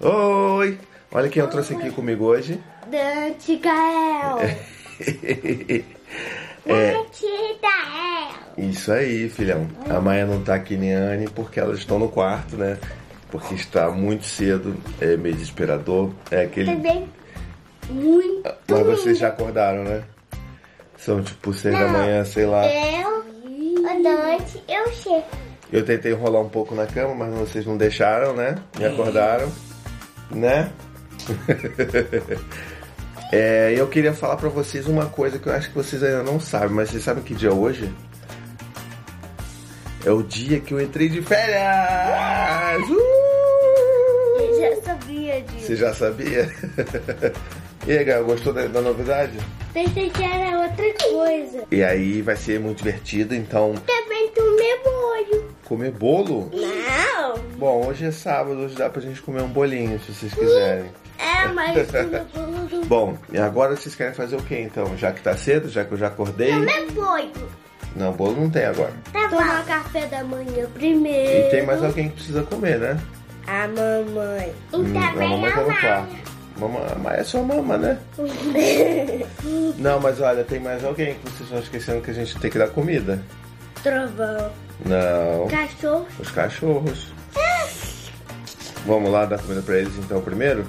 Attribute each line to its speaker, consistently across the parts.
Speaker 1: Oi! Olha quem eu trouxe aqui comigo hoje.
Speaker 2: Dante Gael.
Speaker 1: É,
Speaker 2: Dante Gael.
Speaker 1: Isso aí, filhão. A Maia não tá aqui nem a Anne porque elas estão no quarto, né? Porque está muito cedo, é meio desesperador. É aquele.
Speaker 2: Também muito.
Speaker 1: Mas vocês já acordaram, né? São tipo seis da manhã, sei lá.
Speaker 2: Eu, o Dante, eu chego.
Speaker 1: Eu tentei rolar um pouco na cama, mas vocês não deixaram, né? Me acordaram, né? É, eu queria falar pra vocês uma coisa que eu acho que vocês ainda não sabem, mas vocês sabem que dia é hoje? É o dia que eu entrei de férias! Uh!
Speaker 2: Eu já sabia disso.
Speaker 1: Você já sabia? e aí, Gael, gostou da- da novidade?
Speaker 2: Pensei que era outra coisa.
Speaker 1: E aí vai ser muito divertido, então
Speaker 2: Também tomei molho.
Speaker 1: comer bolo?
Speaker 2: Não.
Speaker 1: Bom, hoje é sábado, hoje dá pra gente comer um bolinho, se vocês quiserem.
Speaker 2: É, mas tomei bolo do...
Speaker 1: Bom, e agora vocês querem fazer o quê então? Já que tá cedo, já que eu já acordei?
Speaker 2: Tomei molho.
Speaker 1: Não, bolo não tem agora.
Speaker 2: Tá Tomar café da manhã
Speaker 1: E
Speaker 2: primeiro.
Speaker 1: tem mais alguém que precisa comer, né?
Speaker 2: A mamãe. E
Speaker 1: Hum, a
Speaker 2: também
Speaker 1: mamãe
Speaker 2: a
Speaker 1: tá no quarto.
Speaker 2: Maia.
Speaker 1: Mama, a Maia é sua mama, né? Não, mas olha, tem mais alguém que vocês estão esquecendo que a gente tem que dar comida.
Speaker 2: Trovão.
Speaker 1: Não,
Speaker 2: Cachorro.
Speaker 1: os cachorros. Vamos lá dar comida pra eles então primeiro?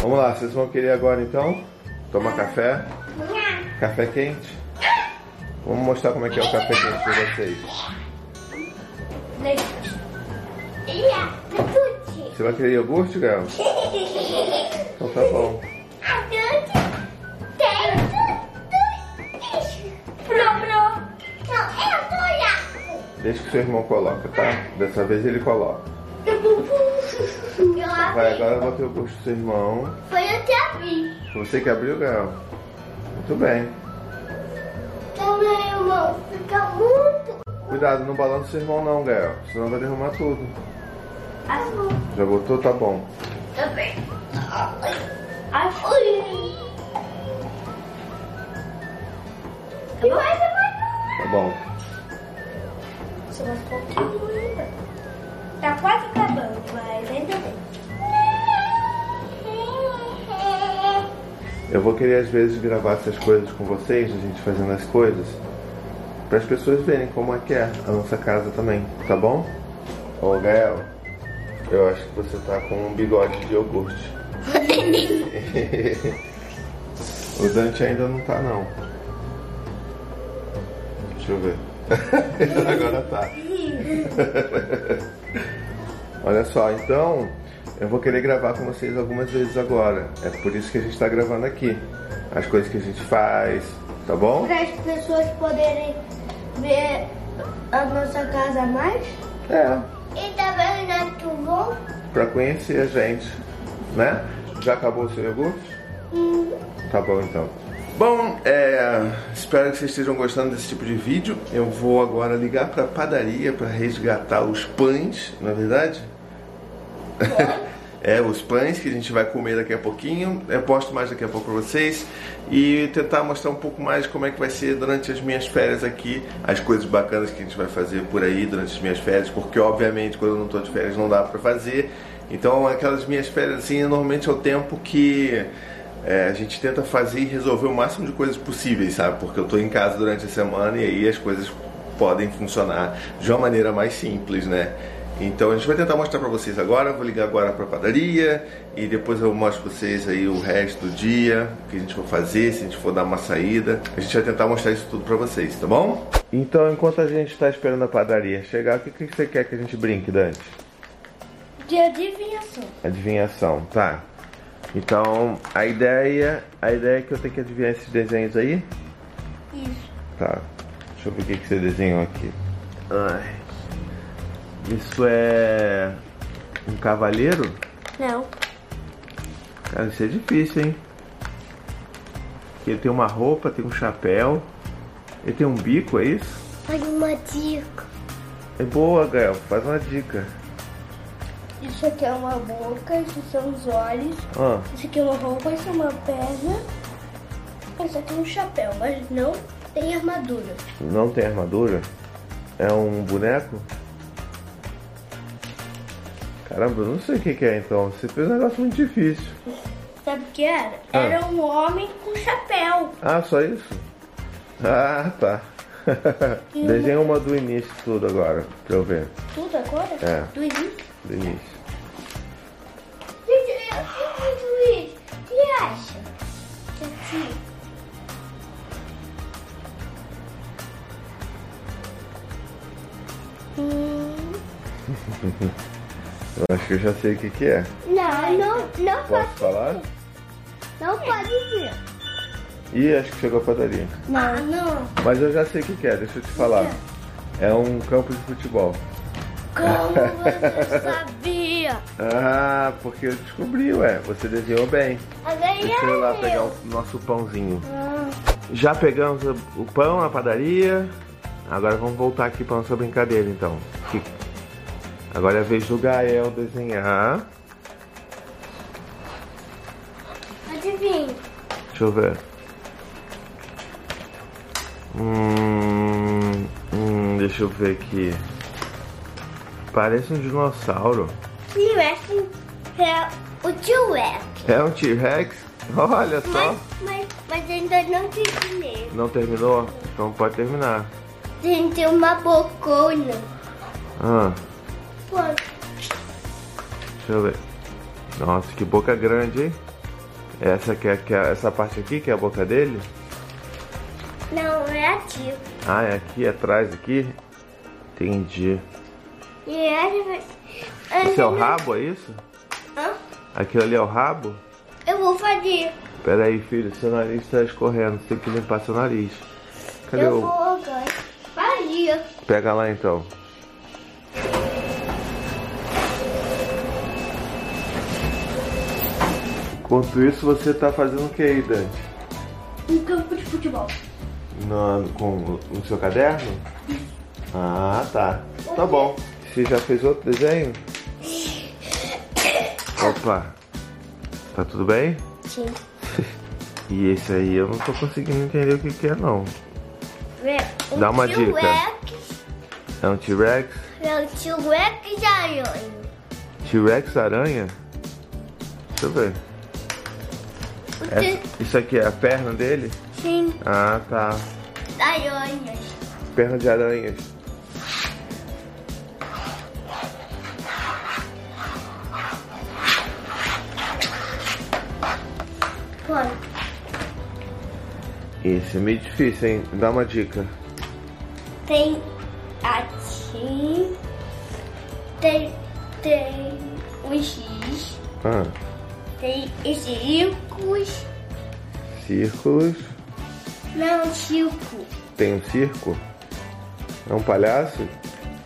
Speaker 1: Vamos lá, vocês vão querer agora então? Tomar café? Café quente? Vamos mostrar como é que é o café quente pra vocês.
Speaker 2: Leite. E a tutti.
Speaker 1: Você vai querer iogurte, Gael? Então tá bom.
Speaker 2: A tutti tem tutti. Pro, pro. Não, eu tô lá.
Speaker 1: Deixa que seu irmão coloca, tá? Dessa vez ele coloca.
Speaker 2: um Eu
Speaker 1: Vai,
Speaker 2: abri.
Speaker 1: agora bota o iogurte do seu irmão.
Speaker 2: Foi eu que abri.
Speaker 1: Foi Você que abriu, Gael? Muito bem.
Speaker 2: Então, meu irmão, fica muito
Speaker 1: Cuidado, não balança o seu irmão não, Gael. Senão vai derrumar tudo.
Speaker 2: azul.
Speaker 1: Já botou? Tá bom.
Speaker 2: Também. Azul. E mais uma
Speaker 1: Tá bom.
Speaker 2: Só mais um pouquinho. Tá quase acabando, mas ainda bem.
Speaker 1: Eu vou querer às vezes gravar essas coisas com vocês, a gente fazendo as coisas, para as pessoas verem como é que é a nossa casa também, tá bom? Ô Gael, eu acho que você tá com um bigode de iogurte. o Dante ainda não tá não. Deixa eu ver. Agora tá. Olha só, então eu vou querer gravar com vocês algumas vezes agora. É por isso que a gente tá gravando aqui. As coisas que a gente faz, tá bom?
Speaker 2: Para as pessoas poderem ver a nossa casa mais.
Speaker 1: É,
Speaker 2: E também na Tuvão.
Speaker 1: pra conhecer a gente, né? Já acabou o seu iogurte? Tá bom então. Bom, é, espero que vocês estejam gostando desse tipo de vídeo. Eu vou agora ligar pra padaria pra resgatar os pães, na verdade. é, os pães que a gente vai comer daqui a pouquinho. Eu posto mais daqui a pouco pra vocês e tentar mostrar um pouco mais como é que vai ser durante as minhas férias aqui, as coisas bacanas que a gente vai fazer por aí durante as minhas férias, porque obviamente quando eu não tô de férias não dá pra fazer. Então, aquelas minhas férias assim, normalmente é o tempo que É, a gente tenta fazer e resolver o máximo de coisas possíveis, sabe? Porque eu tô em casa durante a semana e aí as coisas podem funcionar de uma maneira mais simples, né? Então a gente vai tentar mostrar pra vocês agora, eu vou ligar agora pra padaria e depois eu mostro pra vocês aí o resto do dia, o que a gente for fazer, se a gente for dar uma saída. A gente vai tentar mostrar isso tudo pra vocês, tá bom? Então enquanto a gente tá esperando a padaria chegar, o que, que você quer que a gente brinque, Dante?
Speaker 2: De adivinhação.
Speaker 1: Adivinhação, tá. Então a ideia. A ideia é que eu tenho que adivinhar esses desenhos aí?
Speaker 2: Isso.
Speaker 1: Tá. Deixa eu ver o que, que você desenhou aqui. Ai. Isso é. Um cavaleiro?
Speaker 2: Não.
Speaker 1: Cara, isso é difícil, hein? Porque ele tem uma roupa, tem um chapéu. Ele tem um bico, é isso?
Speaker 2: Olha uma dica.
Speaker 1: É boa, Gael. Faz uma dica.
Speaker 2: Isso aqui é uma boca, isso são os olhos.
Speaker 1: Ah,
Speaker 2: Isso aqui é uma roupa, isso é uma perna. Isso aqui é um chapéu, mas não tem armadura.
Speaker 1: não tem armadura? É um boneco? Caramba, eu não sei o que, que é então. Você fez um negócio muito difícil.
Speaker 2: Sabe o que era?
Speaker 1: Ah.
Speaker 2: Era um homem com chapéu.
Speaker 1: Ah, só isso? Ah, tá. Desenha uma do início tudo agora, pra eu ver.
Speaker 2: Tudo tá agora?
Speaker 1: É.
Speaker 2: Do início?
Speaker 1: Do início.
Speaker 2: Gente, eu fiz isso. O que acha? Que aqui. Hum,
Speaker 1: Eu acho que eu já sei o que, que é.
Speaker 2: não, não, não
Speaker 1: Posso falar?
Speaker 2: Não pode ser.
Speaker 1: Ih, acho que chegou a padaria.
Speaker 2: Não. Ah, não.
Speaker 1: Mas eu já sei o que, que é, deixa eu te falar. É um campo de futebol.
Speaker 2: Como você sabia?
Speaker 1: Ah, porque eu descobri, ué. Você desenhou bem. Deixa
Speaker 2: é
Speaker 1: eu ir lá pegar o nosso pãozinho.
Speaker 2: Ah,
Speaker 1: Já pegamos o- o pão na padaria. Agora vamos voltar aqui para nossa brincadeira, então. Que- Agora é a vez do Gael desenhar.
Speaker 2: Adivinha.
Speaker 1: Deixa eu ver. Hum, hum, deixa eu ver aqui. Parece um dinossauro.
Speaker 2: T-Rex é o T-Rex.
Speaker 1: É um T-Rex? Olha só.
Speaker 2: Mas, mas, mas ainda não tem dinheiro.
Speaker 1: Não terminou? Então pode terminar.
Speaker 2: Gente, tem uma bocona.
Speaker 1: Ah,
Speaker 2: Pô,
Speaker 1: deixa eu ver. Nossa, que boca grande, hein? Essa, que é, que é- essa parte aqui que é a boca dele?
Speaker 2: não, é ativo.
Speaker 1: Ah, é aqui atrás, aqui? Entendi.
Speaker 2: E ele vai...
Speaker 1: Esse é o
Speaker 2: Ele-
Speaker 1: rabo, é isso?
Speaker 2: Hã?
Speaker 1: Aquilo ali é o rabo?
Speaker 2: Eu vou fazer.
Speaker 1: Pera aí, filho, seu nariz tá escorrendo, você tem que limpar seu nariz. Cadê
Speaker 2: Eu
Speaker 1: o.
Speaker 2: vou agora. Fazer.
Speaker 1: Pega lá então. Enquanto isso, você tá fazendo o que aí, Dante?
Speaker 2: Um campo de futebol.
Speaker 1: No, com, no seu caderno? Ah, tá. Tá bom. Você já fez outro desenho? Opa. Tá tudo bem?
Speaker 2: Sim.
Speaker 1: E esse aí eu não tô conseguindo entender o que, que é não. Dá uma dica. É um T-Rex?
Speaker 2: É o T-Rex de aranha.
Speaker 1: T-Rex aranha? Deixa eu ver.
Speaker 2: O T-
Speaker 1: É- isso aqui é a perna dele?
Speaker 2: Sim,
Speaker 1: Ah, tá.
Speaker 2: aranhas.
Speaker 1: Perna de aranha.
Speaker 2: Pô,
Speaker 1: Esse é meio difícil, hein? Dá uma dica.
Speaker 2: tem aqui... Tem... Tem um X...
Speaker 1: Ah,
Speaker 2: Tem círculos.
Speaker 1: círculos.
Speaker 2: Não, circo.
Speaker 1: Tem um circo? É um palhaço?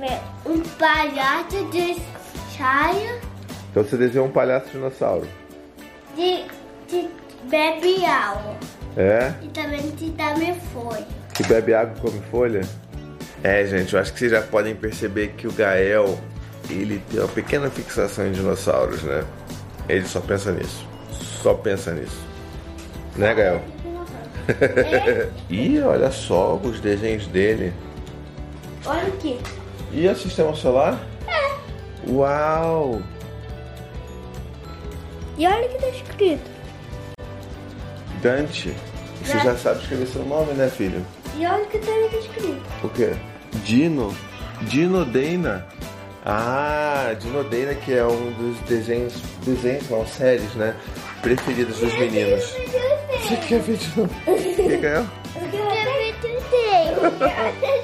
Speaker 2: É Um palhaço de saia
Speaker 1: Então você desenhou um palhaço dinossauro.
Speaker 2: de, de bebe água.
Speaker 1: É?
Speaker 2: E também te dá me folha.
Speaker 1: Que bebe água e come folha? É, gente, eu acho que vocês já podem perceber que o Gael, ele tem uma pequena fixação em dinossauros, né? Ele só pensa nisso. Só pensa nisso. Né, Gael?
Speaker 2: É,
Speaker 1: Ih, olha só os desenhos dele.
Speaker 2: olha aqui.
Speaker 1: E o sistema solar? É. Uau!
Speaker 2: E olha o que tá escrito.
Speaker 1: Dante. Você
Speaker 2: Né?
Speaker 1: já sabe escrever seu nome, né, filho?
Speaker 2: E olha o que tem aqui escrito.
Speaker 1: O quê? Dino? Dinodeina? Ah, Dinodeina que é um dos desenhos, desenhos não, séries, né? Preferidos dos meninos. Você quer ver de novo? Quer ganhar?
Speaker 2: Eu quero ver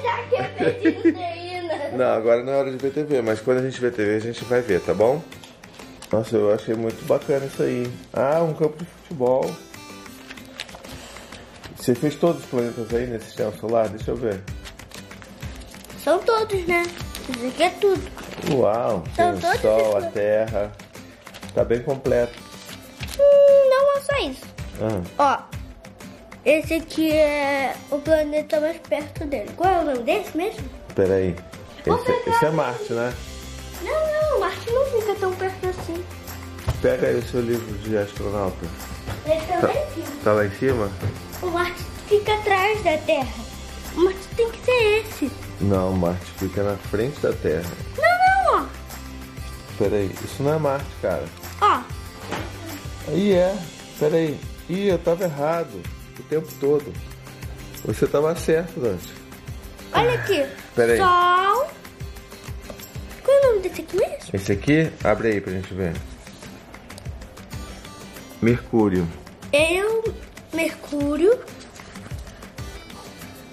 Speaker 2: Já que eu perdi proteína.
Speaker 1: Não, agora não é hora de ver TV, mas quando a gente ver TV a gente vai ver, tá bom? Nossa, eu achei muito bacana isso aí. Ah, um campo de futebol. Você fez todos os planetas aí nesse sistema solar? Deixa eu ver.
Speaker 2: São todos, né? Isso aqui é tudo.
Speaker 1: Uau, tem
Speaker 2: São
Speaker 1: o
Speaker 2: todos
Speaker 1: Sol, a
Speaker 2: esses-
Speaker 1: Terra. Tá bem completo.
Speaker 2: Hum, não é só isso.
Speaker 1: Ah.
Speaker 2: Ó, esse aqui é o planeta mais perto dele. Qual é o nome desse mesmo?
Speaker 1: Peraí.
Speaker 2: Vamos
Speaker 1: Esse,
Speaker 2: pegar
Speaker 1: esse é
Speaker 2: aqui.
Speaker 1: Marte, né?
Speaker 2: Não, não, Marte não fica tão perto assim.
Speaker 1: Pega aí o seu livro de astronauta.
Speaker 2: Ele também fica.
Speaker 1: Tá lá em cima?
Speaker 2: O Marte fica atrás da Terra. O Marte tem que ser esse.
Speaker 1: Não, Marte fica na frente da Terra.
Speaker 2: Não, não,
Speaker 1: Peraí, isso não é Marte, cara.
Speaker 2: ó. Ó,
Speaker 1: Aí é. Peraí. Ih, eu tava errado o tempo todo. Você tava certo, Dante.
Speaker 2: olha aqui.
Speaker 1: Peraí.
Speaker 2: Sol. Qual é o nome desse aqui mesmo?
Speaker 1: Esse aqui, abre aí pra gente ver. Mercúrio.
Speaker 2: Eu, Mercúrio.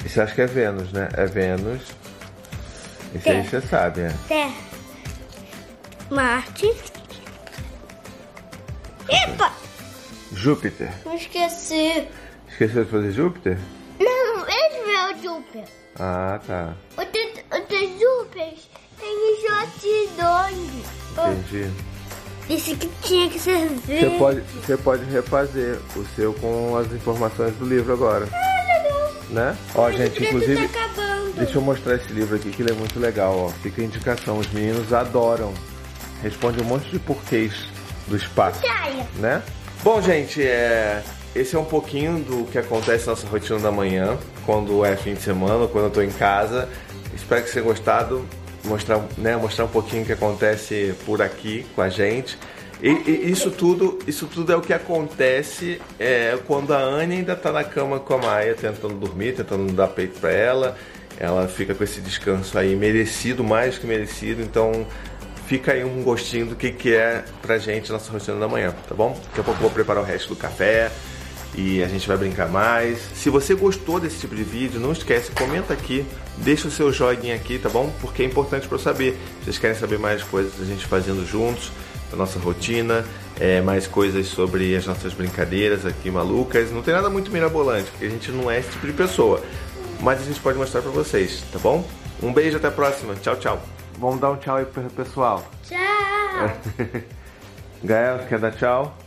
Speaker 1: Você acha que é Vênus, né? É Vênus. Esse aí
Speaker 2: É.
Speaker 1: você sabe, é.
Speaker 2: Terra. Marte. Epa!
Speaker 1: Júpiter.
Speaker 2: Não esqueci.
Speaker 1: Esqueceu de fazer Júpiter?
Speaker 2: Não, esse não é o Júpiter.
Speaker 1: Ah, tá.
Speaker 2: O de, o de Júpiter tem Jotidone.
Speaker 1: Entendi.
Speaker 2: Esse que tinha que ser
Speaker 1: Você
Speaker 2: verde.
Speaker 1: pode, você pode refazer o seu com as informações do livro agora,
Speaker 2: Ah, legal.
Speaker 1: né? Ó,
Speaker 2: Mas o
Speaker 1: gente,
Speaker 2: preto
Speaker 1: inclusive,
Speaker 2: tá acabando.
Speaker 1: deixa eu mostrar esse livro aqui que ele é muito legal, ó. Fica a indicação, os meninos adoram. Responde um monte de porquês do espaço.
Speaker 2: Praia.
Speaker 1: né? Bom, gente, é... esse é um pouquinho do que acontece na nossa rotina da manhã, quando é fim de semana, quando eu tô em casa. Espero que você tenha gostado, mostrar, né, mostrar um pouquinho o que acontece por aqui com a gente. E, e isso tudo, isso tudo é o que acontece é, quando a Anne ainda tá na cama com a Maia, tentando dormir, tentando dar peito pra ela. Ela fica com esse descanso aí merecido, mais que merecido. Então, Fica aí um gostinho do que, que é pra gente nossa rotina da manhã, tá bom? Daqui a pouco eu vou preparar o resto do café e a gente vai brincar mais. Se você gostou desse tipo de vídeo, não esquece, comenta aqui, deixa o seu joinha aqui, tá bom? Porque é importante pra eu saber. Vocês querem saber mais coisas da gente fazendo juntos, da nossa rotina, é, mais coisas sobre as nossas brincadeiras aqui malucas. Não tem nada muito mirabolante, porque a gente não é esse tipo de pessoa mas a gente pode mostrar pra vocês, tá bom? Um beijo, até a próxima. Tchau, tchau. Vamos dar um tchau aí pro pessoal.
Speaker 2: Tchau.
Speaker 1: Gael, quer dar tchau?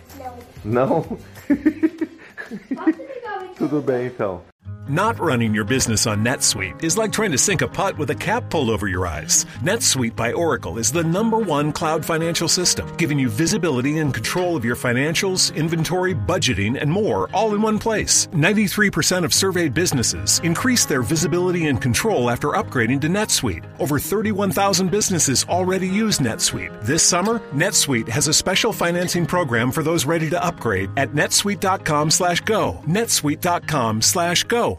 Speaker 2: Não.
Speaker 1: Não?
Speaker 2: Posso ligar o microfone?
Speaker 1: Tudo bem então.
Speaker 3: Not running your business on NetSuite is like trying to sink a putt with a cap pulled over your eyes. NetSuite by Oracle is the number one cloud financial system, giving you visibility and control of your financials, inventory, budgeting, and more all in one place. 93% of surveyed businesses increased their visibility and control after upgrading to NetSuite. Over 31,000 businesses already use NetSuite. This summer, NetSuite has a special financing program for those ready to upgrade at netsuite.com/go. netsuite.com/go.